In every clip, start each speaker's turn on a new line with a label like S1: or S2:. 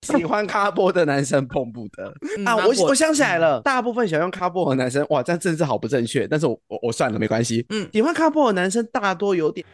S1: 喜欢卡波的男生碰不得
S2: 嗯
S1: 啊！
S2: 芒
S1: 我
S2: 果
S1: 我想起来了，大部分喜欢卡波的男生，哇，这样政治好不正确，但是我我我算了，没关系。
S2: 嗯
S1: 喜欢卡波的男生大多有点。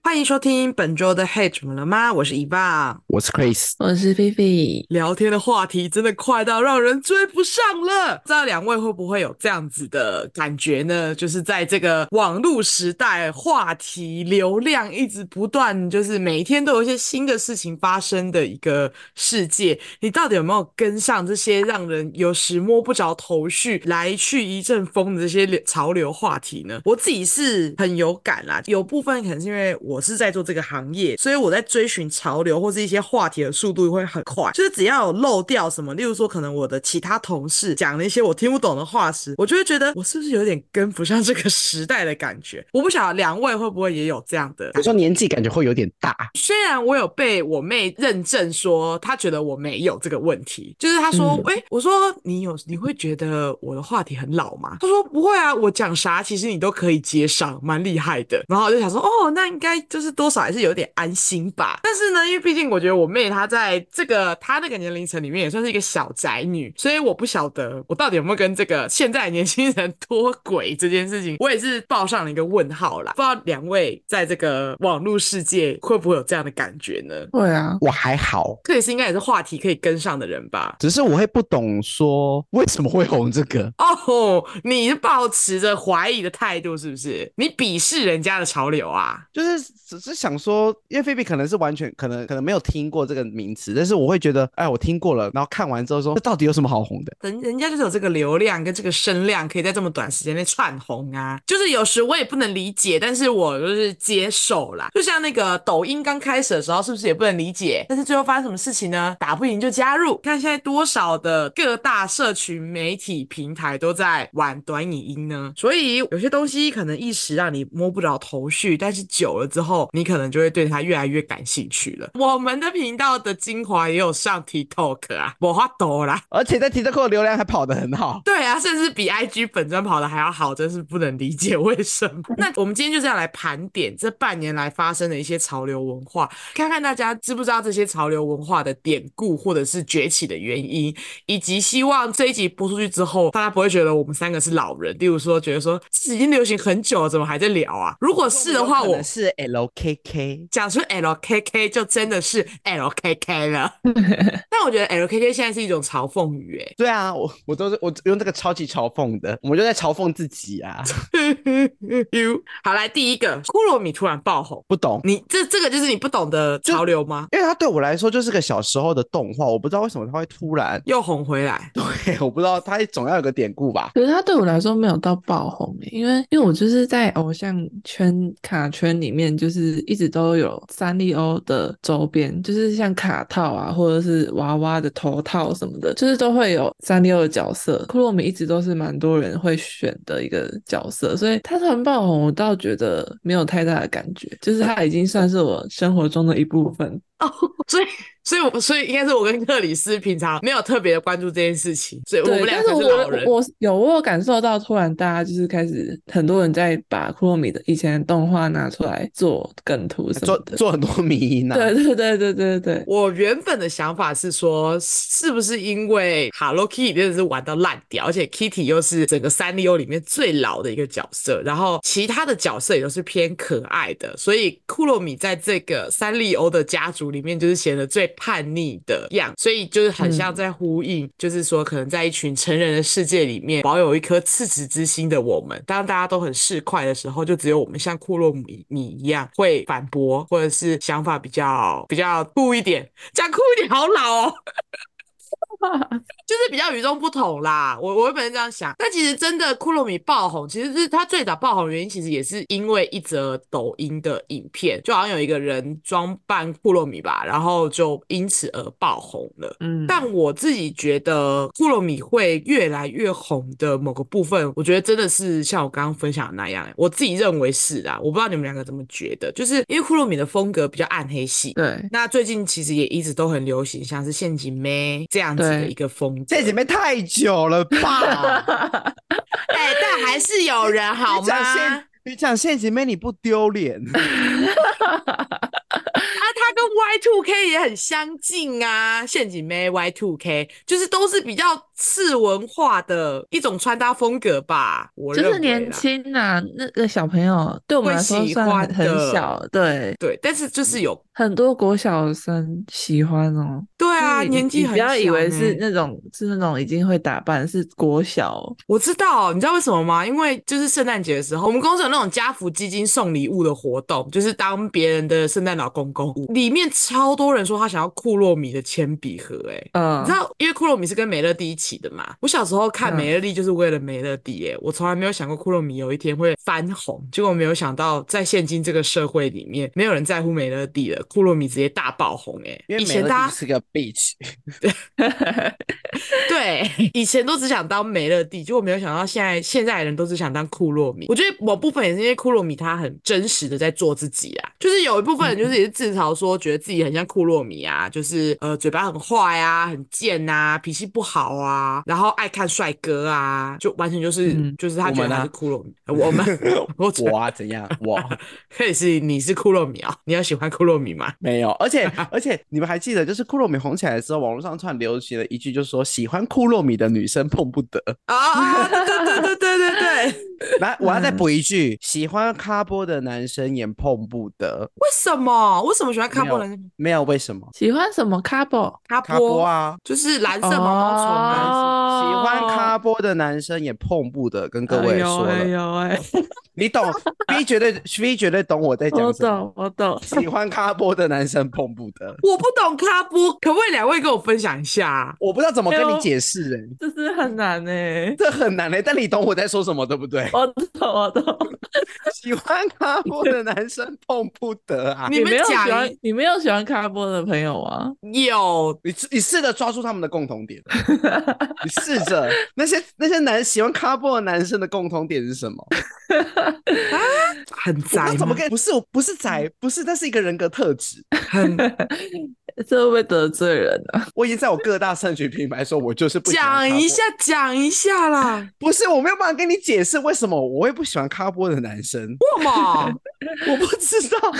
S2: 欢迎收听本周的《嘿，怎么了吗？》我是伊爸。
S1: 我是 Chris，
S2: 嗯
S3: 我是菲菲，
S2: 聊天的话题真的快到让人追不上了，不知道两位会不会有这样子的感觉呢？就是在这个网络时代，话题流量一直不断，就是每一天都有一些新的事情发生的一个世界，你到底有没有跟上这些让人有时摸不着头绪、来去一阵风的这些流潮流话题呢？我自己是很有感啦，有部分可能是因为我是在做这个行业，所以我在追寻潮流或是一些话题的速度会很快，就是只要有漏掉什么，例如说可能我的其他同事讲了一些我听不懂的话时，我就会觉得我是不是有点跟不上这个时代的感觉？我不晓得两位会不会也有这样的
S1: 我说年纪感觉会有点大，
S2: 虽然我有被我妹认证说，她觉得我没有这个问题，就是她说
S3: 嗯，
S2: 哎、我说你有，你会觉得我的话题很老吗？她说不会啊，我讲啥其实你都可以接上，蛮厉害的。然后我就想说，哦，那应该就是多少还是有点安心吧。但是呢，因为毕竟我觉得我妹她在这个她那个年龄层里面也算是一个小宅女，所以我不晓得我到底有没有跟这个现在的年轻人脱轨这件事情，我也是报上了一个问号啦。不知道两位在这个网络世界会不会有这样的感觉呢？
S3: 对啊，
S1: 我还好，
S2: 克里斯应该也是话题可以跟上的人吧？
S1: 只是我会不懂说为什么会红这个。
S2: 哦，你是抱持着怀疑的态度是不是？你鄙视人家的潮流啊？
S1: 就是只是想说，因为菲比可能是完全可能可能没有听过这个名词，但是我会觉得，哎，我听过了，然后看完之后说，这到底有什么好红的？
S2: 人人家就是有这个流量跟这个声量，可以在这么短时间内窜红啊。就是有时我也不能理解，但是我就是接受啦。就像那个抖音刚开始的时候，是不是也不能理解？但是最后发生什么事情呢？打不赢就加入。看现在多少的各大社群媒体平台都在玩短影音呢？所以有些东西可能一时让你摸不着头绪，但是久了之后，你可能就会对它越来越感兴趣了。我们的频道的精华也有上 TikTok 啊，我花抖啦。
S1: 而且在 TikTok 的流量还跑得很好。
S2: 对啊，甚至比 IG 本专跑的还要好，真是不能理解为什么。那我们今天就是要来盘点这半年来发生的一些潮流文化，看看大家知不知道这些潮流文化的典故或者是崛起的原因，以及希望这一集播出去之后，大家不会觉得我们三个是老人，例如说觉得说这已经流行很久了，怎么还在聊啊？如果是的话，
S1: 有可
S2: 我
S1: 能是 LKK，
S2: 讲出 LKK 就真的是 LKK 了。但我觉得 LKK 现在是一种嘲讽语、欸，
S1: 对啊，我我都是我用这个超级嘲讽的，我们就在嘲讽自己啊，
S2: You 好来第一个，骷髅米突然爆红，
S1: 不懂。
S2: 你这这个就是你不懂的潮流吗？
S1: 因为它对我来说就是个小时候的动画，我不知道为什么它会突然，
S2: 又红回来，
S1: 对，我不知道它总要有个典故吧。
S3: 可是他对我来说没有到爆红诶、因为因为我就是在偶像圈卡圈里面，就是一直都有三丽鸥的周边，就是像卡套啊，或者是娃娃的头套什么的，就是都会有三丽鸥的角色。库洛米一直都是蛮多人会选的一个角色，所以他突然爆红，我倒觉得没有太大的感觉，就是他已经算是我生活中的一部分。
S2: 所以所以我所以应该是我跟克里斯平常没有特别的关注这件事情， 所以我们
S3: 对，
S2: 俩
S3: 但
S2: 才
S3: 我
S2: 老人。
S3: 我我有我有感受到，突然大家就是开始很多人在把库洛米的以前的动画拿出来做梗图什么
S1: 做
S3: 的。
S1: 做很多迷因啊，
S3: 对对对对对对，
S2: 我原本的想法是说，是不是因为 Hello Kitty 真的是玩到烂掉，而且 Kitty 又是整个三丽鸥里面最老的一个角色，然后其他的角色也都是偏可爱的，所以库洛米在这个三丽鸥的家族里面就是显得最叛逆的样，所以就是很像
S3: 嗯
S2: 在呼应，就是说可能在一群成人的世界里面，保有一颗赤子之心的我们，当大家都很市侩的时候，就只有我们像库洛米米一样会反驳，或者是想法比较比较酷一点，讲酷一点好老哦。 就是比较与众不同啦，我我原本是这样想，但其实真的库洛米爆红，其实是他最早爆红的原因，其实也是因为一则抖音的影片，就好像有一个人装扮库洛米吧，然后就因此而爆红了。
S3: 嗯，
S2: 但我自己觉得库洛米会越来越红的某个部分，我觉得真的是像我刚刚分享的那样、欸我自己认为是啊，我不知道你们两个怎么觉得，就是因为库洛米的风格比较暗黑系。
S3: 对，
S2: 那最近其实也一直都很流行，像是陷阱妹这样子的
S3: 对
S2: 一个风格。
S1: 这姐妹太久了吧？
S2: 哎、但还是有人好
S1: 你讲
S2: 吗
S1: 陷？你讲陷阱妹你不丢脸？
S2: 啊，它跟 Y Two K 也很相近啊，陷阱妹 Y Two K 就是都是比较次文化的一种穿搭风格吧，我
S3: 就
S2: 认
S3: 是
S2: 为
S3: 年
S2: 啦
S3: 轻呐、那个小朋友对我们
S2: 会
S3: 来说
S2: 喜
S3: 算
S2: 欢
S3: 很很
S2: 的
S3: 小，对，
S2: 对，但是就是有
S3: 很多国小生喜欢哦。
S2: 对啊，
S3: 就是你
S2: 年
S3: 你
S2: 纪很
S3: 不要以
S2: 小
S3: 为是
S2: 呢
S3: 那种是那种已经会打扮，是国小
S2: 我知道，你知道为什么吗？因为就是圣诞节的时候，我们公司有那种家福基金送礼物的活动，就是当别人的圣诞老公公，里面超多人说他想要库洛米的铅笔盒、欸，
S3: 嗯
S2: 你知道，因为库洛米是跟美乐蒂一起的嘛。我小时候看
S3: 嗯
S2: 美乐蒂就是为了美乐蒂耶，我从来没有想过库洛米有一天会翻红。结果没有想到，在现今这个社会里面，没有人在乎美乐蒂了，库洛米直接大爆红耶。
S1: 因为
S2: 以
S1: 美
S2: 前
S1: 乐
S2: 大
S1: 蒂
S2: 家
S1: 是个 bitch，
S2: 对，以前都只想当美乐蒂，结果没有想到现在现在的人都只想当库洛米。我觉得某部分也是因为库洛米他很真实的在做自己啊，就是有一部分人
S1: 嗯
S2: 就是也是自嘲说觉得自己很像库洛米啊，就是呃嘴巴很坏啊，很贱啊，脾气不好啊，然后爱看帅哥啊，就完全就是、
S3: 嗯
S2: 就是他
S1: 我
S2: 觉得
S1: 们
S2: 他
S1: 啊
S2: 是库洛米，呃 我们我觉得
S1: 我啊怎样？我
S2: 可以是你是库洛米啊，你要喜欢库洛 米吗？
S1: 没有，而且而且你们还记得，就是库洛米红起来的时候，网络上突然流行了一句，就说喜欢库洛米的女生碰不得。
S2: 啊啊，啊对对对对对对，
S1: 来，我要再
S3: 嗯
S1: 补一句，喜欢卡波的男生也碰不得。
S2: 为什么为什么喜欢卡
S1: 没
S2: 波
S1: 有
S2: 人？
S1: 没有为什么？
S3: 喜欢什么 couple
S2: 卡
S1: 卡波啊，
S2: 就是蓝色毛毛虫啊，
S1: 喜欢
S3: 哦
S1: 卡波的男生也碰不得，跟各位说了，
S3: 哎呦哎呦
S1: 你 懂？V 绝对 V 绝对懂我在
S3: 哎，我
S1: 讲什么。
S3: 懂我懂，
S1: 喜欢卡波的男生碰不得，
S2: 我不懂卡波，可不可以两位跟我分享一下啊？
S1: 我不知道怎么跟
S3: 哎
S1: 你
S3: 呦
S1: 解释哎、
S3: 这是很难呢、
S1: 这很难欸嘞、但你懂我在说什么对不对？
S3: 我懂我懂，
S1: 喜欢卡波的男生碰不得啊！
S2: 你
S3: 你
S2: 们
S3: 没有喜
S2: 讲
S3: 欢你没有喜欢 couple 的朋友吗？
S2: 有
S1: 你你试着抓住他们的共同 点，你试着那些那些男喜欢卡波的男生的共同点是什么？
S2: 很宅
S1: 我
S2: 吗
S1: 要怎么跟？不是，我不是宅，不是，那是一个人格特质。
S2: 很
S3: 这会不会得罪人啊？
S1: 我已经在我各大社群平台说，我就是不喜欢
S2: 讲
S1: 卡波
S2: 一下，讲一下啦。
S1: 不是，我没有办法跟你解释为什么我会不喜欢卡波的男生，
S2: 为什么？
S1: 我不知道。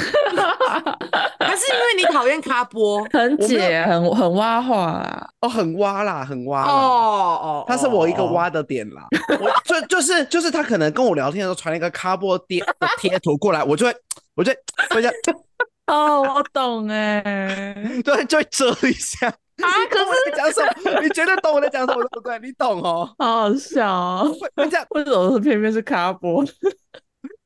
S2: 还是因为你讨厌卡波？
S3: 很
S1: 我没有
S3: 解，很很挖话啊，
S1: 哦，很挖啦，很挖
S2: 哦
S1: 啦。
S2: 哦，
S1: 啊他是我一个
S2: 哦。
S1: 挖的点啦，我就就是就是他可能跟我聊天的时候传了一个卡波贴的贴图过来，我就会我就会我就会
S3: 哦，我懂哎、
S1: 对就会遮一下。
S2: 啊，可
S1: 我在讲什么？你绝对懂我在讲什么，对不对？你懂哦。
S3: 好好笑、哦。
S1: 会会这样，
S3: 为什么是偏偏是卡波？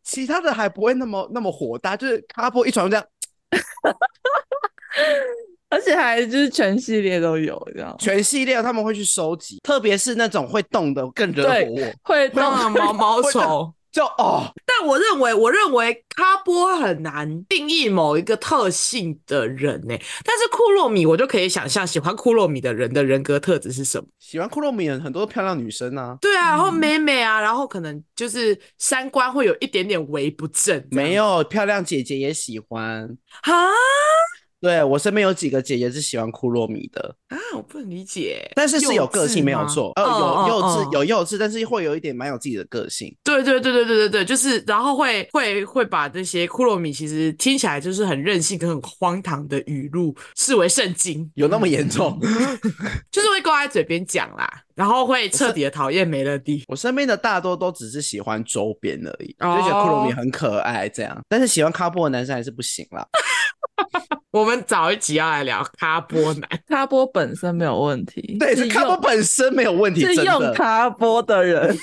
S1: 其他的还不会那么那么火大，就是卡波一传这样，
S3: 而且还就是全系列都有，这样
S1: 全系列他们会去收集，特别是那种会动的更惹火我，
S3: 会动
S2: 哦当然 毛毛虫。
S1: 就哦，
S2: 但我认为，我认为卡波很难定义某一个特性的人呢、但是库洛米，我就可以想象喜欢库洛米的人的人格特质是什么。
S1: 喜欢库洛米的很多漂亮女生啊，
S2: 对啊，然后
S3: 嗯
S2: 美美啊，然后可能就是三观会有一点点微不正，
S1: 没有漂亮姐姐也喜欢。
S2: 啊
S1: 对我身边有几个姐姐是喜欢库洛米的，
S2: 啊，我不能理解。
S1: 但是是有个性
S2: 幼稚
S1: 没有
S2: 吗
S1: 错，呃，
S2: 哦
S1: 有幼
S2: 哦
S1: 稚
S2: 哦
S1: 有幼稚，但是会有一点蛮有自己的个性。
S2: 对对对对对对对，就是然后会会会把这些库洛米其实听起来就是很任性跟很荒唐的语录视为圣经，
S1: 有那么严重？
S2: 就是会挂在嘴边讲啦，然后会彻底的讨厌梅乐蒂。
S1: 我身边的大多都只是喜欢周边而已，
S2: 哦
S1: 就觉得库洛米很可爱这样，但是喜欢卡布的男生还是不行啦。
S2: 我们早一集要来聊卡波
S1: 啊
S2: 男，
S3: 卡波本身没有问题，
S1: 对，
S3: 是
S1: 是卡布
S3: 用
S1: 本身没有问题，
S3: 是
S1: 真
S3: 用
S1: 的。
S3: 卡波的人，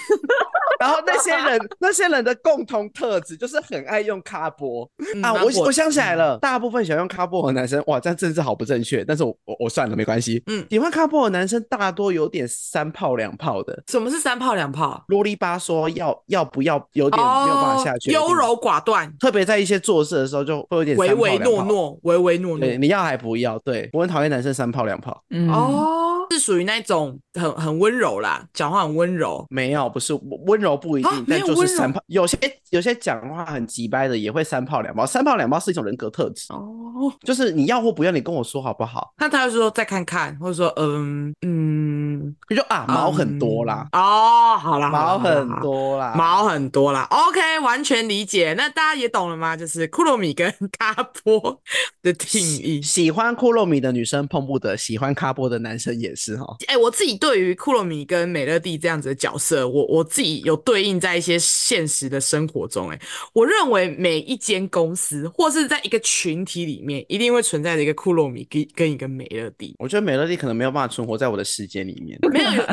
S1: 然后那些人那些人的共同特质就是很爱用卡布
S2: 嗯
S1: 啊，
S2: 然
S1: 我
S2: 后我
S1: 我想起来了，大部分喜欢用卡布的男生，哇，这样政治好不正确，但是我我我算了，没关系。
S2: 嗯
S1: 喜欢卡布的男生大多有点三炮两炮的。
S2: 什么是三炮两炮？
S1: 啰里吧嗦，要要不要有点没有办法下去，
S2: 哦优柔，寡断，
S1: 特别在一些做事的时候就会有点
S2: 唯
S1: 三炮
S2: 唯
S1: 两
S2: 诺
S1: 炮。
S2: 诺，唯唯诺诺。
S1: 对，你要还不要？对我很讨厌男生三炮两炮。
S3: 嗯，
S2: 哦，是属于那种很很温柔啦，讲话很温柔。
S1: 没有，不是温温柔不一
S2: 啊
S1: 定，
S2: 没
S1: 但
S2: 有
S1: 就
S2: 温
S1: 是
S2: 柔
S1: 三炮。有些有些讲话很急掰的也会三炮两炮，三炮两炮是一种人格特质，
S2: 哦，
S1: 就是你要或不要，你跟我说好不好？
S2: 那他就说再看看，或者说嗯嗯
S1: 就觉得啊毛很多啦，
S2: 哦，好啦，好啦
S1: 毛很，
S2: 好啦
S1: 多啦，
S2: 毛很多啦。OK，完全理解。那大家也懂了吗？就是库洛米跟 卡波的定义。
S1: 喜欢库洛米的女生碰不得，喜欢卡波的男生也是哈。
S2: 哎、我自己对于库洛米跟美乐蒂这样子的角色，我我自己有对应在一些现实的生活中、哎，我认为每一间公司或是在一个群体里面，一定会存在着一个库洛米跟跟一个美乐蒂。
S1: 我觉得美乐蒂可能没有办法存活在我的世界里面，
S2: 没有，有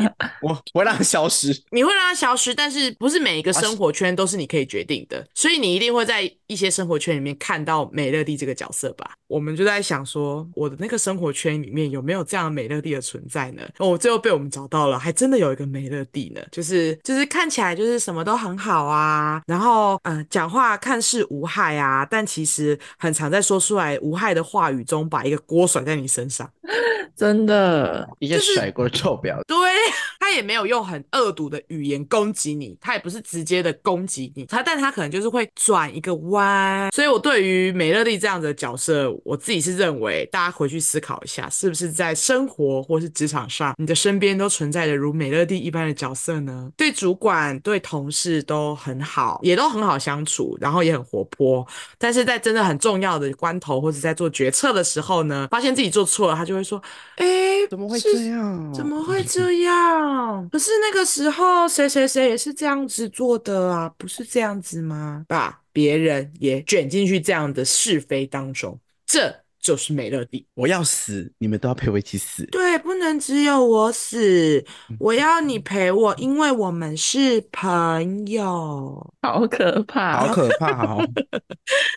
S1: 我我会让它消失。
S2: 你会让它消失，但是不是每一个生活圈都是你可以决定的，所以你一定会在一些生活圈里面看到美乐蒂这个角色吧？我们就在想说，我的那个生活圈里面有没有这样的美乐蒂的存在呢？哦，最后被我们找到了，还真的有一个美乐蒂呢，就是就是看起来就是什么都很好啊，然后嗯、呃讲话看似无害啊，但其实很常在说出来无害的话语中，把一个锅甩在你身上。
S3: 真的，
S1: 一些甩锅臭婊子，
S2: 对 他也没有用很恶毒的语言攻击你，他也不是直接的攻击你，他但他可能就是会转一个弯。所以我对于美乐蒂这样子的角色，我自己是认为大家回去思考一下，是不是在生活或是职场上，你的身边都存在着如美乐蒂一般的角色呢？对主管、对同事都很好，也都很好相处，然后也很活泼，但是在真的很重要的关头或者在做决策的时候呢，发现自己做错了，他就会说：“哎、
S1: 怎么会
S2: 是
S1: 这样？
S2: 怎么会这样？可是那个时候谁谁谁也是这样子做的啊，不是这样子吗？把别人也卷进去这样的是非当中，这就是美乐蒂。
S1: 我要死，你们都要陪我一起死。
S2: 对，不能只有我死，我要你陪我，因为我们是朋友。
S3: 好可
S2: 啊
S3: 怕
S1: 好
S3: 哦。
S1: 可怕 哦！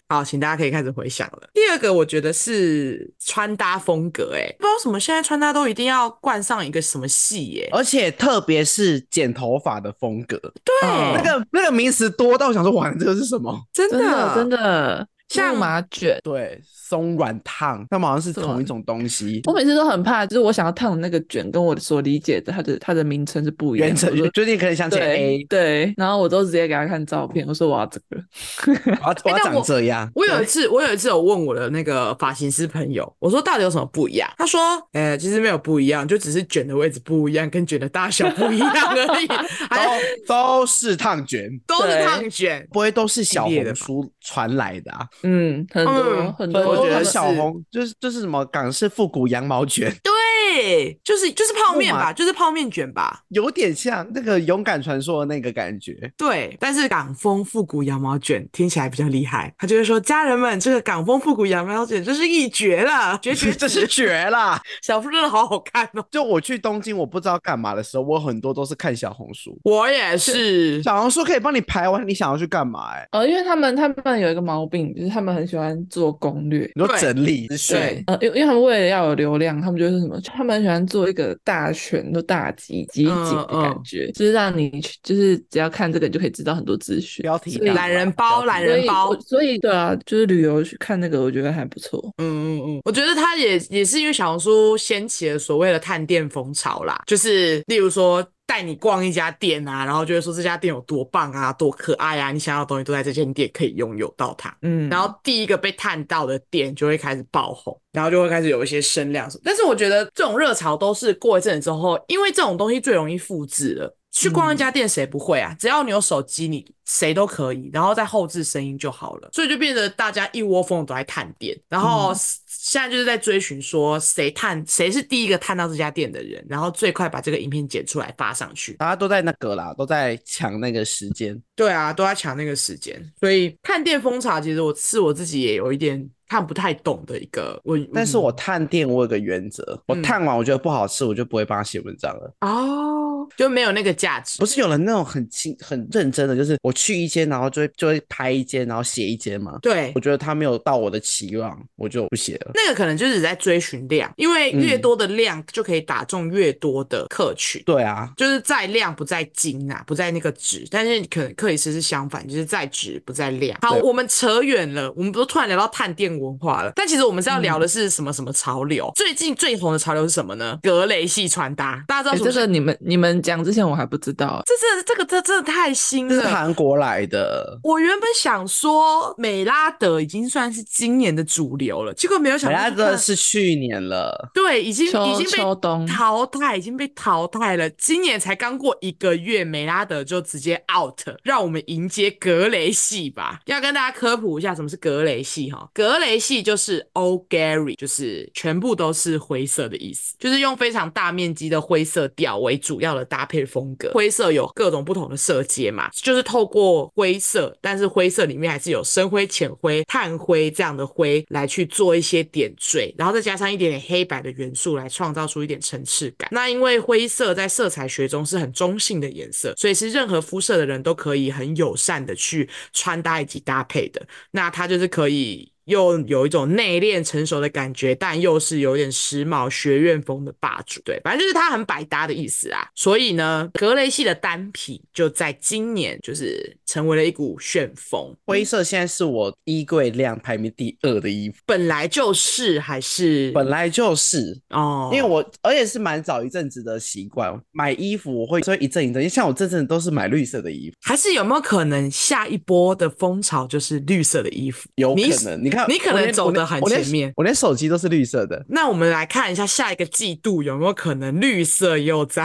S2: 好，请大家可以开始回想了。第二个，我觉得是穿搭风格、欸，不知道为什么现在穿搭都一定要冠上一个什么系、耶。
S1: 而且特别是剪头发的风格，
S3: 嗯
S1: 那个那个名词多到我想说，哇，这个是什么？
S2: 真
S3: 真的真的，
S2: 像
S3: 像马卷。
S1: 对，松软烫，他们好像是同一种东西。
S3: 我每次都很怕，就是我想要烫的那个卷，跟我所理解的它的它的名称是不一样的。
S1: 原成
S3: 我说
S1: 最近可能想起
S3: 对
S1: A，
S3: 对，然后我都直接给他看照片，我说我要这个。
S1: 我要我要
S2: 哎但
S1: 长
S2: 我
S1: 这样。
S2: 我有一次，我有一次有问我的那个发型师朋友，我说到底有什么不一样？他说，呃、其实没有不一样，就只是卷的位置不一样，跟卷的大小不一样 而已，还
S1: 都哎都是烫卷，
S2: 都是
S3: 对
S2: 烫卷。
S1: 不会都是小
S2: 系列的
S1: 红
S2: 吧
S1: 书传来的啊？
S3: 嗯，很多、
S2: 嗯
S3: 很多，
S1: 我觉得
S2: 是
S1: 小红就是就是什么港式复古羊毛卷，
S2: 对，就是就是泡面
S1: 木
S2: 吧，
S1: 马
S2: 就是泡面卷吧。
S1: 有点像那个勇敢传说的那个感觉。
S2: 对，但是港风复古羊毛卷听起来比较厉害。他就会说，家人们，这个港风复古羊毛卷真是一绝了，绝 绝
S1: 这是
S2: 子
S1: 绝啦！
S2: 小夫真的好好看哦。
S1: 就我去东京，我不知道干嘛的时候，我很多都是看小红书。
S2: 我也 是，
S1: 小红书可以帮你排完你想要去干嘛、欸？
S3: 呃，因为他们他们有一个毛病，就是他们很喜欢做攻略。
S1: 你说
S2: 对
S1: 整理资讯
S2: 对，
S3: 呃，因为因为他们为了要有流量，他们就是什么，他们很喜欢做一个大全的大集集锦的
S2: 嗯
S3: 感
S2: 嗯
S3: 觉，就是让你去，就是只要看这个，你就可以知道很多资讯。
S1: 标题
S3: 所以
S1: 党啊
S2: 懒人包
S1: 标题
S2: 懒
S3: 所
S2: 人
S3: 以
S2: 包
S3: 我，所以对啊，就是旅游去看那个，我觉得还不错。
S2: 嗯嗯嗯，我觉得他也也是因为小红书掀起了所谓的探店风潮啦，就是例如说带你逛一家店啊，然后就会说这家店有多棒啊，多可爱啊，你想要的东西都在这间店可以拥有到它。
S3: 嗯
S2: 然后第一个被探到的店就会开始爆红，然后就会开始有一些声量什么。但是我觉得这种热潮都是过一阵子之后，因为这种东西最容易复制了。去逛一
S3: 嗯
S2: 家店谁不会啊？只要你有手机，你谁都可以，然后再后置声音就好了。所以就变得大家一窝蜂地都在探店，然后
S3: 嗯
S2: 现在就是在追寻说谁探谁是第一个探到这家店的人，然后最快把这个影片剪出来发上去。
S1: 大家都在那个啦，都在抢那个时间。
S2: 对啊，都在抢那个时间，所以探店风潮其实我是我自己也有一点看不太懂的一个嗯我，
S1: 但是我探店，我有个原则，我
S2: 嗯
S1: 探完我觉得不好吃，我就不会帮他写文章了。
S2: 哦就没有那个价值
S1: 不，是有人那种很清很认真的，就是我去一间，然后就会就会拍一间，然后写一间嘛。
S2: 对
S1: 我，觉得他没有到我的期望，我就不写了。
S2: 那个可能就是在追寻量，因为越
S1: 嗯
S2: 多的量就可以打中越多的客群。
S1: 对啊，
S2: 就是在量不在斤啊，不在那个值，但是可能克里斯是相反，就是在值不在量。好，
S1: 对
S2: 我们扯远了，我们不是突然聊到探店文化了。但其实我们是要聊的是什么什么潮流？最近最红的潮流是什么呢？格雷系穿搭，大家
S3: 哎
S2: 知道
S3: 这
S2: 什么是？
S3: 个你们你们讲之前我还不知道，
S2: 这是这个这真的太新
S1: 这是
S2: 了。
S1: 韩国来的，
S2: 我原本想说美拉德已经算是今年的主流了，结果没有想
S1: 本
S2: 到
S1: 来这
S2: 它
S1: 是去年了，
S2: 对，已经已
S3: 秋
S2: 经
S3: 秋
S2: 被
S3: 冬
S2: 淘汰，已经被淘汰了。今年才刚过一个月，美拉德就直接 out，让我们迎接格雷系吧。要跟大家科普一下什么是格雷系哈，格雷系就是 all gary，就是全部都是灰色的意思，就是用非常大面积的灰色调为主要的搭配风格。灰色有各种不同的色阶嘛，就是透过灰色，但是灰色里面还是有深灰、浅灰、炭灰这样的灰来去做一些点缀，然后再加上一点点黑白的元素来创造出一点层次感。那因为灰色在色彩学中是很中性的颜色，所以是任何肤色的人都可以很友善的去穿搭以及搭配的。那它就是可以又有一种内敛成熟的感觉，但又是有点时髦学院风的霸主。对，反正就是它很百搭的意思啊。所以呢，格雷系的单品就在今年就是成为了一股旋风。
S1: 灰色现在是我衣柜量排名第二的衣服，
S2: 本来就是还是
S1: 本来就是，
S2: 哦，
S1: 因为我而且是蛮早一阵子的习惯，买衣服我会所以一阵一阵，像我这阵子都是买绿色的衣服，
S2: 还是有没有可能下一波的风潮就是绿色的衣服？
S1: 有
S2: 你
S1: 可能你看
S2: 你可
S1: 我
S2: 能
S1: 连
S2: 走
S1: 我连
S2: 得很
S1: 我连
S2: 前面
S1: 我连手机都是绿色 的，
S2: 那我们来看一下下一个季度有没有可能绿色又在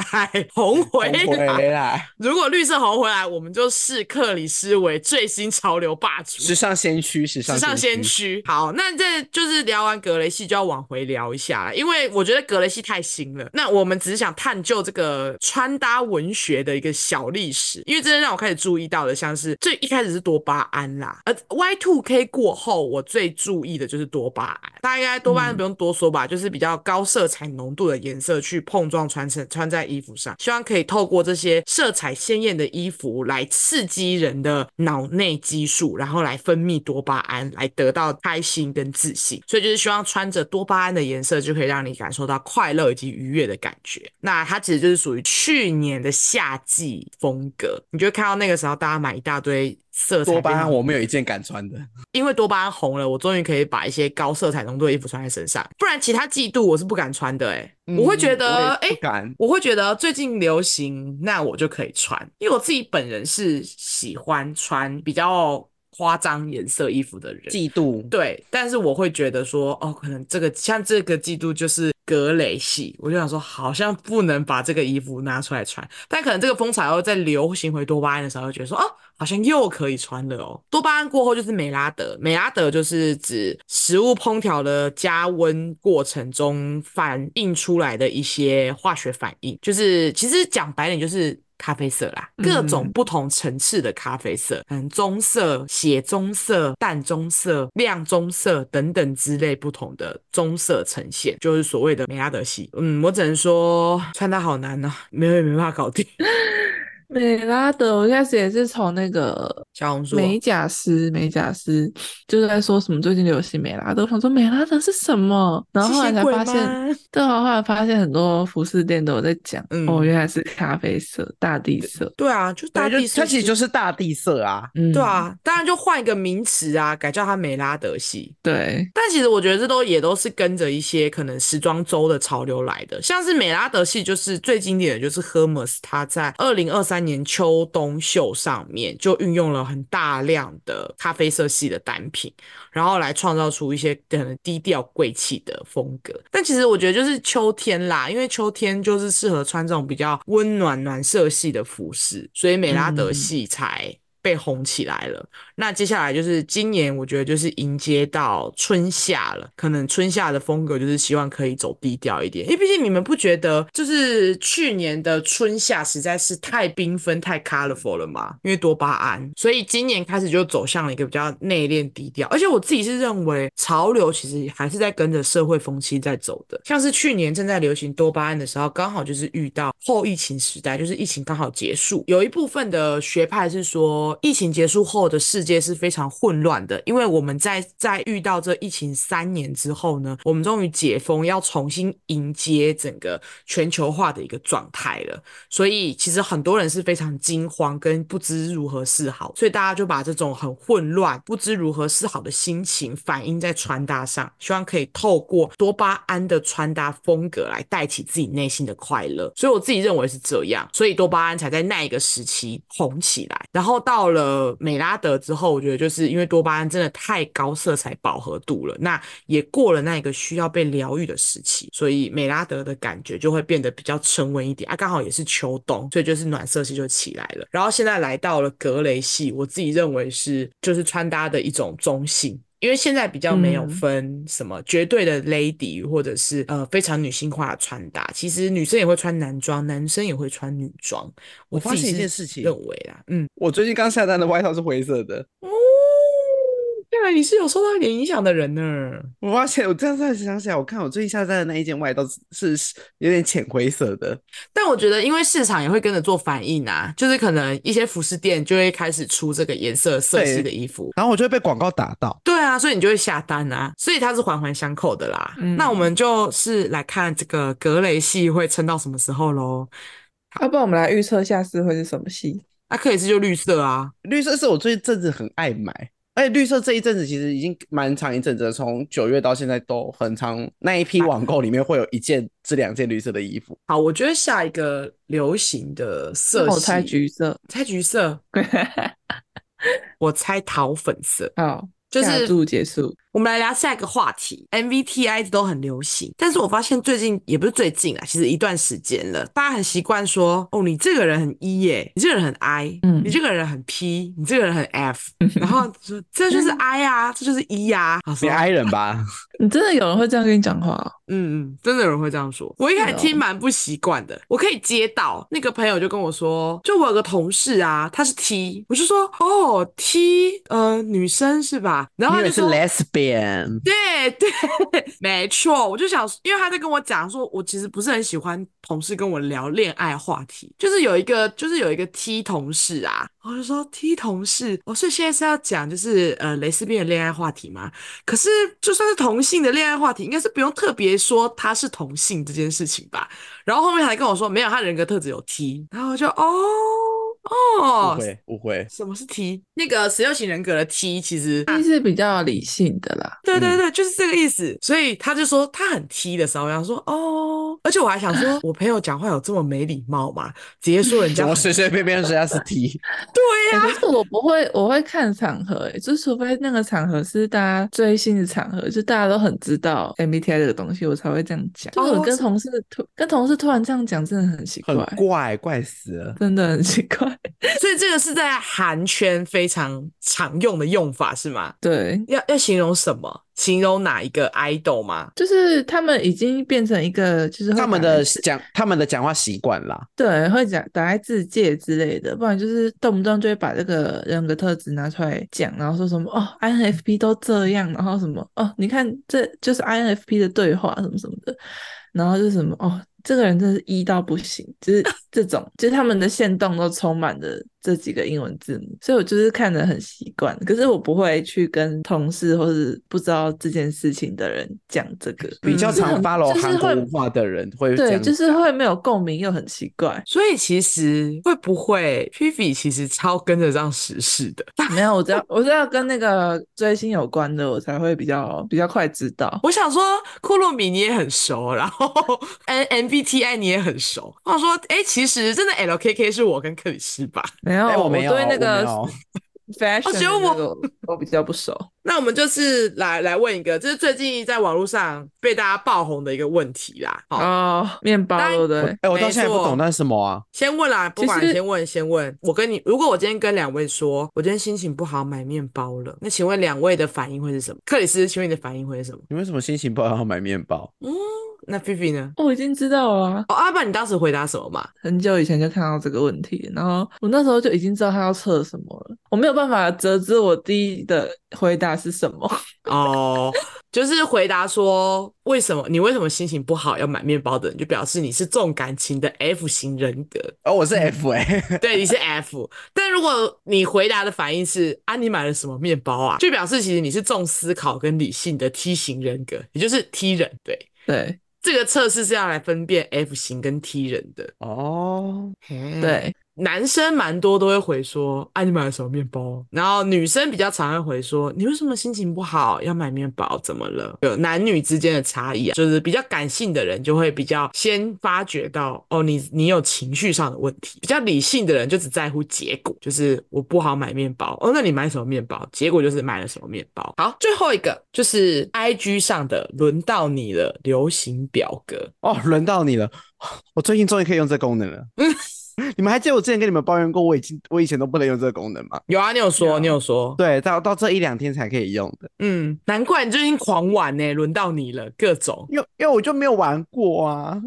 S2: 红回
S1: 我回
S2: 来。
S1: 来，
S2: 如果绿色红回来，我们就视克里斯为最新潮流霸主。
S1: 时尚先驱，时尚
S2: 时尚先
S1: 驱。
S2: 驱，好，那这就是聊完格雷系就要往回聊一下了，因为我觉得格雷系太新了。那我们只是想探究这个穿搭文学的一个小历史，因为真的让我开始注意到的，像是最一开始是多巴胺啦，呃，Y two K 过后，我最注意的就是多巴胺，大概多巴胺
S3: 嗯
S2: 不用多说吧，就是比较高色彩浓度的颜色去碰撞穿成穿在衣服上，希望可以透过这些色彩鲜艳的衣服来刺激人的脑内激素，然后来分泌多巴胺，来得到开心跟自信。所以就是希望穿着多巴胺的颜色，就可以让你感受到快乐以及愉悦的感觉。那它其实就是属于去年的夏季风格，你就会看到那个时候大家买一大堆。色彩
S1: 多巴
S2: 非常
S1: 胺我没有一件敢穿的，
S2: 因为多巴胺红了，我终于可以把一些高色彩浓度的衣服穿在身上，不然其他季度我是不敢穿的、欸。哎、我会觉得，
S1: 嗯我
S2: 哎、
S1: 也不敢。
S2: 我会觉得最近流行，那我就可以穿，因为我自己本人是喜欢穿比较夸张颜色衣服的人。
S1: 嫉妒，
S2: 对，但是我会觉得说，哦，可能这个像这个季度就是格雷系，我就想说，好像不能把这个衣服拿出来穿，但可能这个风潮又在流行回多巴胺的时候，就觉得说，哦，好像又可以穿了哦。多巴胺过后就是美拉德，美拉德就是指食物烹调的加温过程中反映出来的一些化学反应，就是其实讲白点就是。咖啡色啦，各种
S3: 嗯
S2: 不同层次的咖啡色，嗯，棕色、血棕色、淡棕色、亮棕色等等之类不同的棕色呈现，就是所谓的美拉德系。嗯，我只能说穿搭好难呢、啊没有也没办法搞定。
S3: 美拉德，我一开始也是从那个
S2: 小红书哦
S3: 美甲师，美甲师就是在说什么最近流行美拉德，我想说美拉德是什么，然后后来才发
S2: 吸血鬼
S3: 现，
S2: 吗
S3: 对啊，后来发现很多服饰店都有在讲，
S2: 嗯
S3: 哦，原来是咖啡色、大地色，
S2: 对啊，就大
S1: 对，
S2: 地
S1: 就
S2: 色
S1: 它其实
S2: 系
S1: 就是大地色啊，
S3: 嗯，
S2: 对，啊，当然就换一个名词啊，改叫它美拉德系。
S3: 对，
S2: 但其实我觉得这都也都是跟着一些可能时装周的潮流来的，像是美拉德系就是最经典的就是 Hermes，它在二零二三年秋冬秀上面就运用了很大量的咖啡色系的单品，然后来创造出一些可能低调贵气的风格。但其实我觉得就是秋天啦，因为秋天就是适合穿这种比较温暖暖色系的服饰，所以美拉德
S3: 嗯
S2: 系才被红起来了。那接下来就是今年，我觉得就是迎接到春夏了。可能春夏的风格就是希望可以走低调一点，因为毕竟你们不觉得就是去年的春夏实在是太缤纷、太 colorful 了吗？因为多巴胺，所以今年开始就走向了一个比较内敛低调。而且我自己是认为，潮流其实还是在跟着社会风气在走的。像是去年正在流行多巴胺的时候，刚好就是遇到后疫情时代，就是疫情刚好结束，有一部分的学派是说，呃，疫情结束后的世界是非常混乱的，因为我们在在遇到这疫情三年之后呢，我们终于解封，要重新迎接整个全球化的一个状态了。所以其实很多人是非常惊慌跟不知如何是好，所以大家就把这种很混乱、不知如何是好的心情反映在穿搭上，希望可以透过多巴胺的穿搭风格来带起自己内心的快乐。所以我自己认为是这样，所以多巴胺才在那一个时期红起来。然后到了美拉德之后，我觉得就是因为多巴胺真的太高色彩饱和度了，那也过了那一个需要被疗愈的时期，所以美拉德的感觉就会变得比较沉稳一点啊。刚好也是秋冬，所以就是暖色系就起来了。然后现在来到了格雷系，我自己认为是就是穿搭的一种中性。因为现在比较没有
S3: 嗯
S2: 分什么绝对的 lady，或者是呃非常女性化的穿搭，其实女生也会穿男装，男生也会穿女装。
S1: 我发
S2: 自己
S1: 现一
S2: 是
S1: 件事情
S2: 认为啦，嗯，
S1: 我最近刚下单的外套是灰色的，
S2: 哦，看来你是有受到一点影响的人呢。
S1: 我发现我这样突然想起来，我看我最近下单的那一件外套是是有点浅灰色的，
S2: 但我觉得，因为市场也会跟着做反应啊，就是可能一些服饰店就会开始出这个颜色色系
S1: 对
S2: 的衣服。
S1: 然后我就会被广告打到。
S2: 对啊，所以你就会下单啊，所以它是环环相扣的啦。
S3: 嗯
S2: 那我们就是来看这个格雷系会撑到什么时候喽？
S3: 要、啊不然我们来预测下次会是什么戏？
S2: 那克里斯就绿色啊，
S1: 绿色是我最近阵子很爱买，而且绿色这一阵子其实已经蛮长一阵子了，从九月到现在都很长。那一批网购里面会有一件至两件绿色的衣服，
S2: 好，我觉得下一个流行的色系，
S3: 那哦我猜橘，色。
S2: 猜橘色，我猜桃粉色，
S3: 好，
S2: 就
S3: 下
S2: 是
S3: 注结束。
S2: 我们来聊下一个话题，MBTI 一直都很流行，但是我发现最近也不是最近啊，其实一段时间了，大家很习惯说，哦，你这个人很 E 耶，你这个人很 I，
S3: 嗯
S2: 你这个人很 P，你这个人很 F，然 后就说这就是 I 啊，这就是 E 呀、啊，
S1: 你
S2: 说
S1: i 人吧？
S3: 你真的有人会这样跟你讲话哦、
S2: 嗯嗯，真的有人会这样说。我一开始
S3: 是哦
S2: 听蛮不习惯的，我可以接到那个朋友就跟我说，就我有个同事啊，他是 T，我就说哦 T，呃女生是吧？
S3: 哦
S2: 然后
S1: 你以为
S2: 他就是说。
S1: lesbian？
S2: 对 对，没错，我就想，因为他在跟我讲说，我其实不是很喜欢同事跟我聊恋爱话题，就是有一个，就是有一个 T 同事啊，我就说 T 同事，我、哦、所以现在是要讲就是呃蕾丝边的恋爱话题吗？可是就算是同性的恋爱话题，应该是不用特别说他是同性这件事情吧？然后后面还跟我说没有，他人格特质有 T，然后我就哦哦
S1: 误，会误会，
S2: 什么是 T？那个十六型人格的 T 其实
S3: 一是比较理性的啦。
S2: 对对
S1: 嗯
S2: 对，就是这个意思。所以他就说他很 T 的时候，然后说哦，而且我还想说，我朋友讲话有这么没礼貌吗？直接说人
S1: 怎
S2: 家
S1: 么
S2: 很
S1: 随随便便人家是 T？啊
S3: 欸可是我不会，我会看场合、欸，就除非那个场合是大家追星的场合，就大家都很知道 MBTI 这个东西，我才会这样讲。就是
S2: 哦
S3: 我跟
S2: 是
S3: 同事突跟同事突然这样讲，真的很奇怪
S1: 啊很，怪，怪死了。
S3: 真的很奇怪。
S2: 所以这个是在韩圈非常常用的用法是吗？
S3: 对，
S2: 要要形容什么？形容哪一个 idol 吗？
S3: 就是他们已经变成一个，就是会
S1: 他们
S3: 把人
S1: 的讲，他们的讲话习惯啦，
S3: 对会讲打在字界之类的，不然就是动不动就会把这个人格特质拿出来讲，然后说什么哦，INFP 都这样，然后什么哦，你看这就是 INFP 的对话什么什么的，然后就是什么哦，这个人真是一到不行，就是 这种，就是他们的线动都充满着这几个英文字母，所以我就是看得很习惯，可是我不会去跟同事或是不知道这件事情的人讲这个，
S1: 比较
S2: 嗯这
S1: 常
S3: 很
S1: follow
S3: 就是
S1: 韩国
S3: 会
S1: 文化的人会这
S3: 对，
S1: 样
S3: 就
S1: 子。
S3: 是会没有共鸣又很奇怪。
S2: 所以其实会不会 Pivi 其实超跟得上时事的？
S3: 没有，我只要我只要跟那个追星有关的，我才会比较比较快知道。
S2: 我想说，库洛米你也很熟，然后 N MBTI 你也很熟。我想说，哎、其实真的 LKK 是我跟克里斯吧。
S3: 没有，
S1: 哎我
S3: 哦我
S1: 没有
S3: 对那
S1: 我
S3: 个
S1: 没有
S3: fashion
S2: 只有
S3: 的那
S2: 我
S3: 个我我比较不熟。
S2: 那我们就是来来问一个，这是最近在网络上被大家爆红的一个问题啦。好，
S3: 哦，面包
S2: 当然
S3: 对不
S1: 我
S3: 哦对？
S1: 哎，我到
S2: 没
S1: 现在不
S2: 错
S1: 懂那是什么啊？
S2: 先问啦，不
S3: 其
S2: 管
S3: 实
S2: 先问先问。我跟你，如果我今天跟两位说，我今天心情不好，买面包了，那请问两位的反应会是什么？克里斯，请问你的反应会是什么？
S1: 你为什么心情不好要买面包？
S2: 嗯，那菲菲呢？
S3: 我已经知道了、啊，
S2: 哦，阿爸，你当时回答什么嘛？
S3: 很久以前就看到这个问题，然后我那时候就已经知道他要测什么了，我没有办法得知我第一的回答是什么。
S2: 哦， 就是回答说为什么你为什么心情不好要买面包的人，就表示你是重感情的 F 型人格，
S1: 而、我
S3: 嗯
S1: 是 F 哎、
S2: 对，你是 F。但如果你回答的反应是啊，你买了什么面包啊，就表示其实你是重思考跟理性的 T 型人格，也就是 T 人。对，
S3: 对
S2: 这个测试是要来分辨 F 型跟 T 人的。
S1: 哦，
S2: 对，男生蛮多都会回说：“啊，你买了什么面包？”然后女生比较常会回说：“你为什么心情不好要买面包？怎么了？”有男女之间的差异啊，就是比较感性的人就会比较先发觉到哦，你你有情绪上的问题；比较理性的人就只在乎结果，就是我不好买面包哦，那你买什么面包？结果就是买了什么面包。好，最后一个就是 I G 上的轮到你了流行表格，
S1: 哦，轮到你了， 我最近终于可以用这功能 了。你们还记得我之前跟你们抱怨过，我已经我以前都不能用这个功能吗？
S2: 有啊，你有说，
S3: 有
S2: 你有说，
S1: 对，到到这一两天才可以用的，
S2: 嗯，难怪你最近狂玩呢、欸轮到你了，各种。
S1: 因为因为我就没有玩过啊。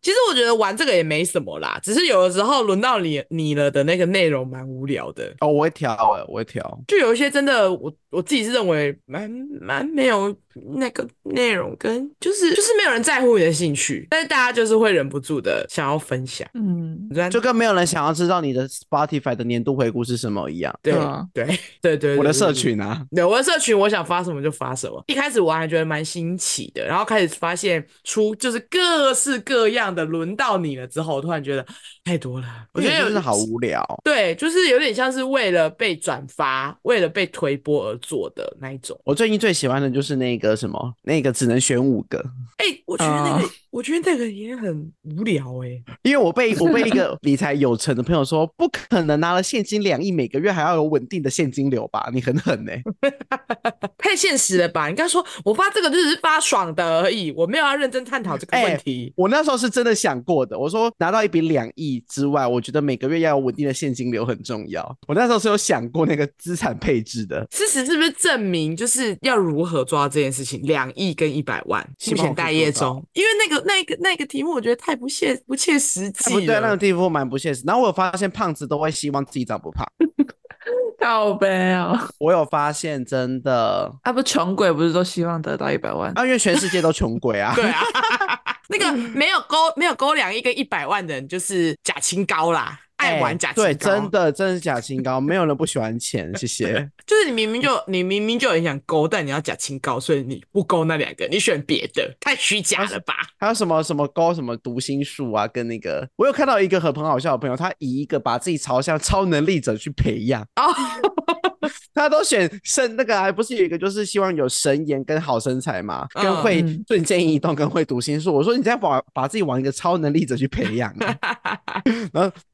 S2: 其实我觉得玩这个也没什么啦，只是有的时候轮到你你了的那个内容蛮无聊的，
S1: 哦，我会调哎、我会调。
S2: 就有一些真的我我自己是认为蛮蛮没有那个内容跟就是就是没有人在乎你的兴趣，但是大家就是会忍不住的想要分享。
S3: 嗯，
S1: 就跟没有人想要知道你的 Spotify 的年度回顾是什么一样。
S2: 对
S3: 对啊
S2: 对对对对，
S1: 嗯我的社
S2: 对
S1: 群啊，
S2: 对，我的社群，我想发什么就发什么。一开始我还觉得蛮新奇的，然后开始发现出就是各式各样的，轮到你了之后，我突然觉得太多了。我觉得有
S1: 真是好无聊。
S2: 对，就是有点像是为了被转发、为了被推播而做的那一种。
S1: 我最近最喜欢的就是那个什么，那个只能选五个，
S2: 哎、我觉得那个
S1: 嗯
S3: 啊
S2: 我觉得那个也很无聊哎、
S1: 因为我被我被一个 理财有成的朋友说，不可能拿了现金两亿，每个月还要有稳定的现金流吧？你很狠欸呢、
S2: 太现实了吧？应该说，我发这个就只是发爽的而已，我没有要认真探讨这个问
S1: 哎
S2: 题。
S1: 我那时候是真的想过的，我说拿到一笔两亿之外，我觉得每个月要有稳定的现金流很重要。我那时候是有想过那个资产配置的，
S2: 事实是不是证明就是要如何做到这件事情？两亿跟一百万，
S1: 希
S2: 目
S1: 望
S2: 前
S1: 我可以
S2: 待业
S1: 做到
S2: 中。因为那个、那个、那个题目，我觉得太不切不切实际
S1: 不对，那
S2: 了
S1: 个地方蛮不现实。然后我有发现胖子都会希望自己长不胖，
S3: 靠背哦，
S1: 我有发现真的，
S3: 啊不，穷鬼不是都希望得到一百万？
S1: 啊，因为全世界都穷鬼啊。
S2: 对啊，那个
S1: 嗯
S2: 没有勾没有勾两亿跟一百万的人，就是假清高啦，爱玩假清高。
S1: 哎对，真，的，真的是假清高，没有人不喜欢钱，谢谢。
S2: 就是你明明就你明明就很想勾，但你要假清高，所以你不勾那两个，你选别的，太虚假了吧？
S1: 还有什么什么高什么读心术啊，跟那个，我有看到一个很很好笑的朋友，他以一个把自己朝向超能力者去培养，
S2: 哦，
S1: 他都选神那个，还不是有一个就是希望有神颜跟好身材嘛，跟
S2: 嗯
S1: 会
S3: 嗯
S1: 瞬间移动跟会读心术。我说你在把把自己往一个超能力者去培养啊、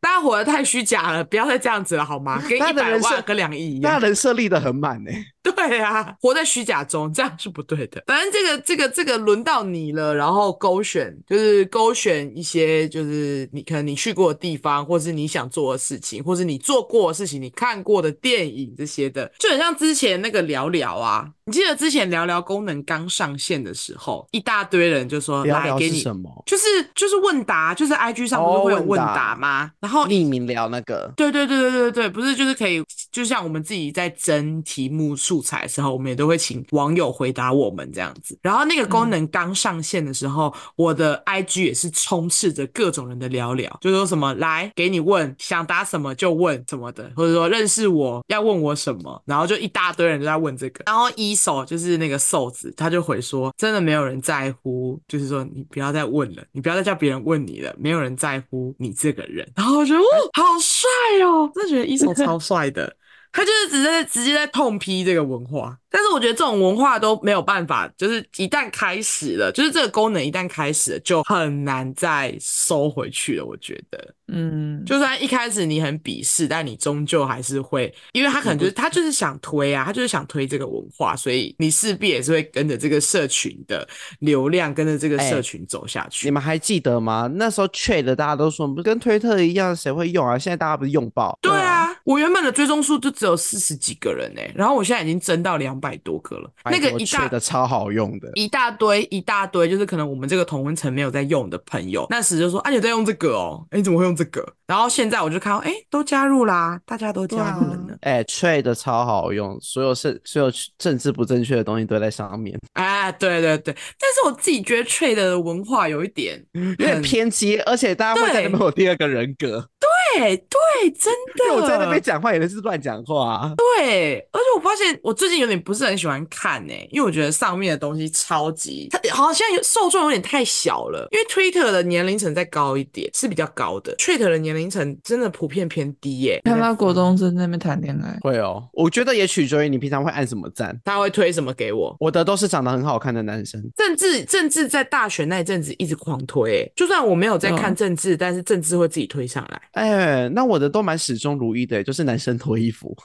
S2: 大家活得太虚假了，不要再这样子了 好吗？跟
S1: 他
S2: 一
S1: 的
S2: 百
S1: 人
S2: 万
S1: 生
S2: 跟两亿一样
S1: 那。人设立的很满呢、欸
S2: 对啊，活在虚假中，这样是不对的。反正这个这个这个轮到你了，然后勾选就是勾选一些就是你可能你去过的地方，或是你想做的事情，或是你做过的事情，你看过的电影这些的，就很像之前那个聊聊啊。你记得之前聊聊功能刚上线的时候，一大堆人就说
S1: 聊
S2: 哦来
S1: 聊
S2: 给
S1: 是
S2: 你
S1: 什么？
S2: 就是就是问答，就是 IG 上不是
S1: 哦
S2: 会有
S1: 问
S2: 问
S1: 答
S2: 答吗？然后
S1: 匿名聊那个，
S2: 对对对对对对，不是就是可以，就像我们自己在争题目素材的时候，我们也都会请网友回答我们这样子。然后那个功能刚上线的时候，我的 IG 也是充斥着各种人的聊聊，就说什么来给你问，想答什么就问什么的，或者说认识我要问我什么，然后就一大堆人都在问这个。然后一手就是那个瘦子，他就回说，真的没有人在乎，就是说你不要再问了，你不要再叫别人问你了，没有人在乎你这个人。 然后我觉得哇，好帅哦，真的觉得一手超帅的。他就是只是直接在痛批这个文化，但是我觉得这种文化都没有办法，就是一旦开始了，就是这个功能一旦开始了，就很难再收回去了。我觉得，
S3: 嗯，
S2: 就算一开始你很鄙视，但你终究还是会，因为他可能就是他就是想推啊，他就是想推这个文化，所以你势必也是会跟着这个社群的流量，跟着这个社
S1: 哎
S2: 群走下去。
S1: 你们还记得吗？那时候 Trade 大家都说不是跟推特一样，谁会用啊？现在大家不是用爆？
S2: 对啊，我原本的追踪数就只有四十几个人呢、欸然后我现在已经增到两百多个了。那个
S1: 拜托
S2: 一
S1: 缺
S2: 大
S1: 的超好用的，
S2: 一大堆一大堆，就是可能我们这个同温层没有在用的朋友，那时就说啊，你有在用这个哦，哎，你怎么会用这个？然后现在我就看到，哎，都加入啦，大家都加入了呢。
S1: 哎、吹的超好用，所有是所有政治不正确的东西都在上面，
S2: 哎，对对对，但是我自己觉得 Trade 的文化有一点，有
S1: 有点。偏激，而且大家会在那边有第二个人格，
S2: 对对，真
S1: 因为
S2: 的。
S1: 我在那边讲话也是乱讲话、啊，
S2: 对，而且我发现我最近有点不是很喜欢看呢、因为我觉得上面的东西超级，它好像有受众有点太小了。因为 Twitter 的年龄层再高一点是比较高的，Twitter 的年龄层真的普遍偏低耶、
S1: 啊
S3: 看到国中生在那边谈恋爱，
S1: 会哦，我觉得也取决于你平常会按什么赞。
S2: 他会推什么给我？
S1: 我的都是长得很好看的男生，
S2: 政治政治在大学那一阵子一直狂推、欸，就算我没有在看
S3: 嗯
S2: 政治，但是政治会自己推上来。
S1: 哎、那我的都蛮始终如一的，欸就是男生脱衣服，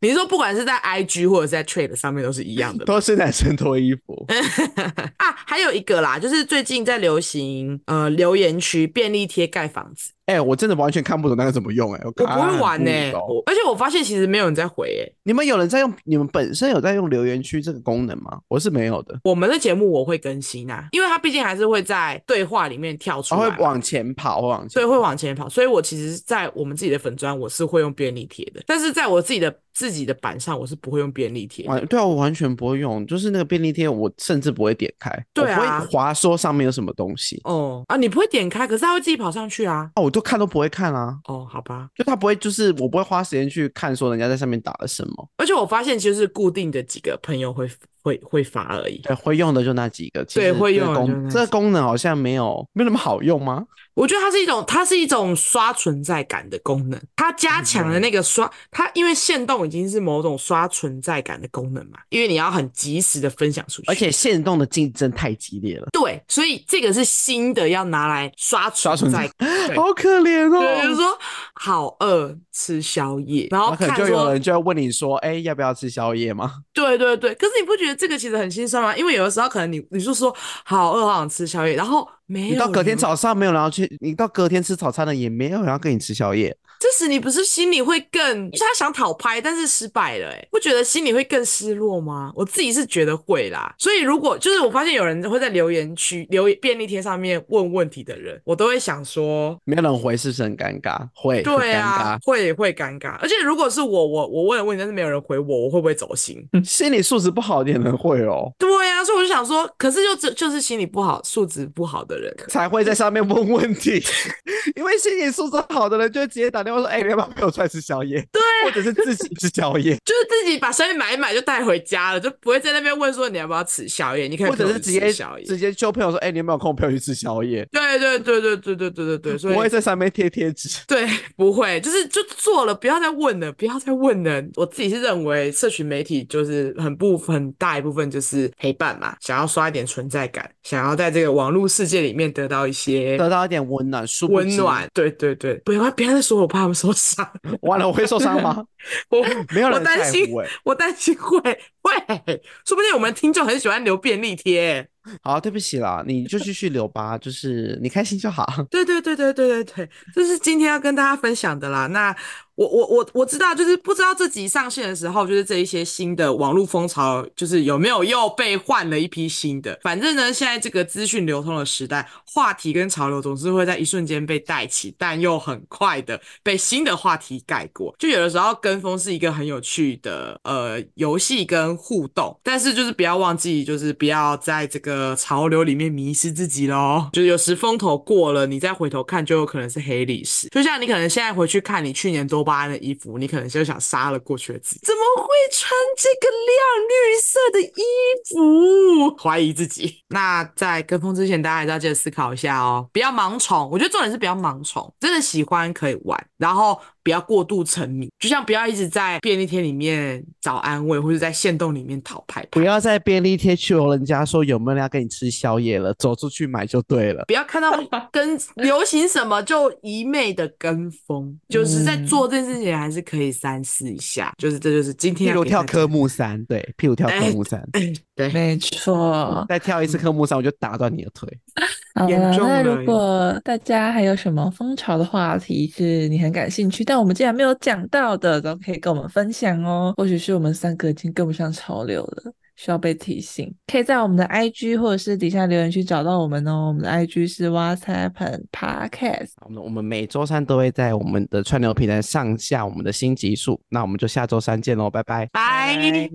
S2: 你是说不管是在 IG 或者是在 Trade 上面都是一样的 吗
S1: 都是男生脱衣服。
S2: 啊？还有一个啦，就是最近在流行呃留言区便利贴盖房子。
S1: 哎、我真的完全看不懂那个怎么用、哎，我
S2: 我
S1: 不
S2: 不会玩呢、
S1: 懂
S2: 我而且我发现其实没有人在回诶、欸
S1: 你们有人在用？你们本身有在用留言区这个功能吗？我是没有的，
S2: 我们的节目我会更新啊，因为它毕竟还是会在对话里面跳出
S1: 我
S2: 来
S1: 哦会
S2: 嘛，
S1: 往前跑，会往前
S2: 所以会往前跑。所以我其实，在我们自己的粉砖，我是会用便利贴的，但是在我自己的自己的版上，我是不会用便利贴的。
S1: 完，对啊，我完全不会用，就是那个便利贴，我甚至不会点开，
S2: 对啊
S1: 我不会滑说上面有什么东西，
S2: 哦啊，你不会点开，可是它会自己跑上去啊。
S1: 啊，我都看都不会看啊，
S2: 哦，好吧。
S1: 就他不会，就是我不会花时间去看说人家在上面打了什么，
S2: 而且我发现，就是固定的几个朋友会会会发而已。
S1: 对，会用的就那几个，其
S2: 对
S1: 实
S2: 会
S1: 这个
S2: 用的就
S1: 功
S2: 那
S1: 这个
S2: 几
S1: 功能好像没有没有那么好用吗？
S2: 我觉得它是一种，它是一种刷存在感的功能，它
S1: 嗯
S2: 加强了那个刷，它因为限动已经是某种刷存在感的功能嘛，因为你要很及时的分享出去，
S1: 而且限动的竞争太激烈了，
S2: 对，所以这个是新的要拿来刷
S1: 刷存
S2: 在
S1: 在
S2: 感。，对
S1: 好可怜
S2: 对，就是
S1: 哦。
S2: 说好饿，吃宵夜，然后
S1: 那可能
S2: 看
S1: 就有
S2: 说，
S1: 人就会问你说，哎，要不要吃宵夜吗？
S2: 对对对。可是你不觉得这个其实很心酸吗？因为有的时候可能你你就说好饿，好想吃宵夜，然后没有
S1: 你到隔天
S2: 人
S1: 早上没有人要去，你到隔天吃早餐了也没有人要跟你吃宵夜，
S2: 这时你不是心里会更，就是他想讨拍，但是失败了、欸，哎，不觉得心里会更失落吗？我自己是觉得会啦。所以如果就是我发现有人会在留言区、留言便利贴上面问问题的人，我都会想说，
S1: 没有人回是不是很尴尬？会，很
S2: 对
S1: 尴尬
S2: 啊，。会会尴尬。而且如果是我，我我问了问题，但是没有人回我，我会不会走心？
S1: 心理素质不好一点的人会哦，
S2: 对啊，所以我就想说，可是就只就是心理不好、素质不好的人，，
S1: 才会在上面问问题。 因为心理素质好的人就会直接打电话说：“哎、你要不要陪我出来吃宵夜？”对，或者是自己吃宵夜
S2: 就是自己把宵夜买一买就带回家了，就不会在那边问说你要不要吃宵夜，你可以
S1: 或者
S2: 陪
S1: 是
S2: 我
S1: 直
S2: 去
S1: 接
S2: 吃宵夜。
S1: 直接揪朋友说：“哎、你有没有空陪我去吃宵夜
S2: 对对对对对对对对对，？”所以
S1: 不会在上面贴贴纸。
S2: 对，不会，就是就做了，不要再问了，不要再问了。我自己是认为，社群媒体就是很部很大一部分就是陪伴嘛，想要刷一点存在感，想要在这个网络世界里面得到一些
S1: 得到一点温暖，殊不
S2: 温
S1: 知
S2: 暖。。对对对，不要不要再说我怕他们受伤，
S1: 完了，我会受伤吗？
S2: 我
S1: 没有
S2: 我
S1: 人
S2: 担
S1: 在
S2: 心
S1: 乎、哎，
S2: 我担心会会，说不定我们听众很喜欢留便利贴。
S1: 好，对不起啦，你就继续留 吧，就是你开心就好。
S2: 对对对对对对对，这是今天要跟大家分享的啦。那我我我我知道，就是不知道这集上线的时候，就是这一些新的网络风潮，就是有没有又被换了一批新的。反正呢，现在这个资讯流通的时代，话题跟潮流总是会在一瞬间被带起，但又很快的被新的话题盖过。就有的时候跟风是一个很有趣的呃游戏跟互动，但是就是不要忘记，就是不要在这个潮流里面迷失自己喽。就是有时风头过了，你再回头看，就有可能是黑历史。就像你可能现在回去看你去年多巴胺的衣服，你可能就想杀了过去的自己，怎么会穿这个亮绿色的衣服？怀疑自己。那在跟风之前，大家还是要记得思考一下哦，不要盲从。我觉得重点是不要盲从，真的喜欢可以玩，然后不要过度沉迷，就像不要一直在便利贴里面找安慰，或者在线洞里面讨拍拍
S1: 不。要在便利贴求人家说有没有人要跟你吃宵夜了，走出去买就对了。
S2: 不要看到跟流行什么就一昧的跟风，就是在做这件事情还是可以三思一下。就是这就是今天
S1: 譬
S2: 要
S1: 如
S2: 给
S1: 跳
S2: 大家
S1: 科目三，对，譬如跳
S2: 哎嗯
S1: 科目三，
S2: 对
S3: 没错，
S1: 嗯再跳一次科目三，我就打断你的腿。
S3: 好
S2: 严
S3: 了，
S2: 重
S3: 呃那
S2: 了
S3: 如果大家还有什么风潮的话题是你很感兴趣，但我们竟然没有讲到的，都可以跟我们分享哦。或许是我们三个已经跟不上潮流了。需要被提醒，可以在我们的 IG 或者是底下留言区找到我们哦。我们的 IG 是 What's Happen Podcast。
S1: 我们我们每周三都会在我们的串流平台上下我们的新集数，那我们就下周三见喽，拜拜。
S2: 拜。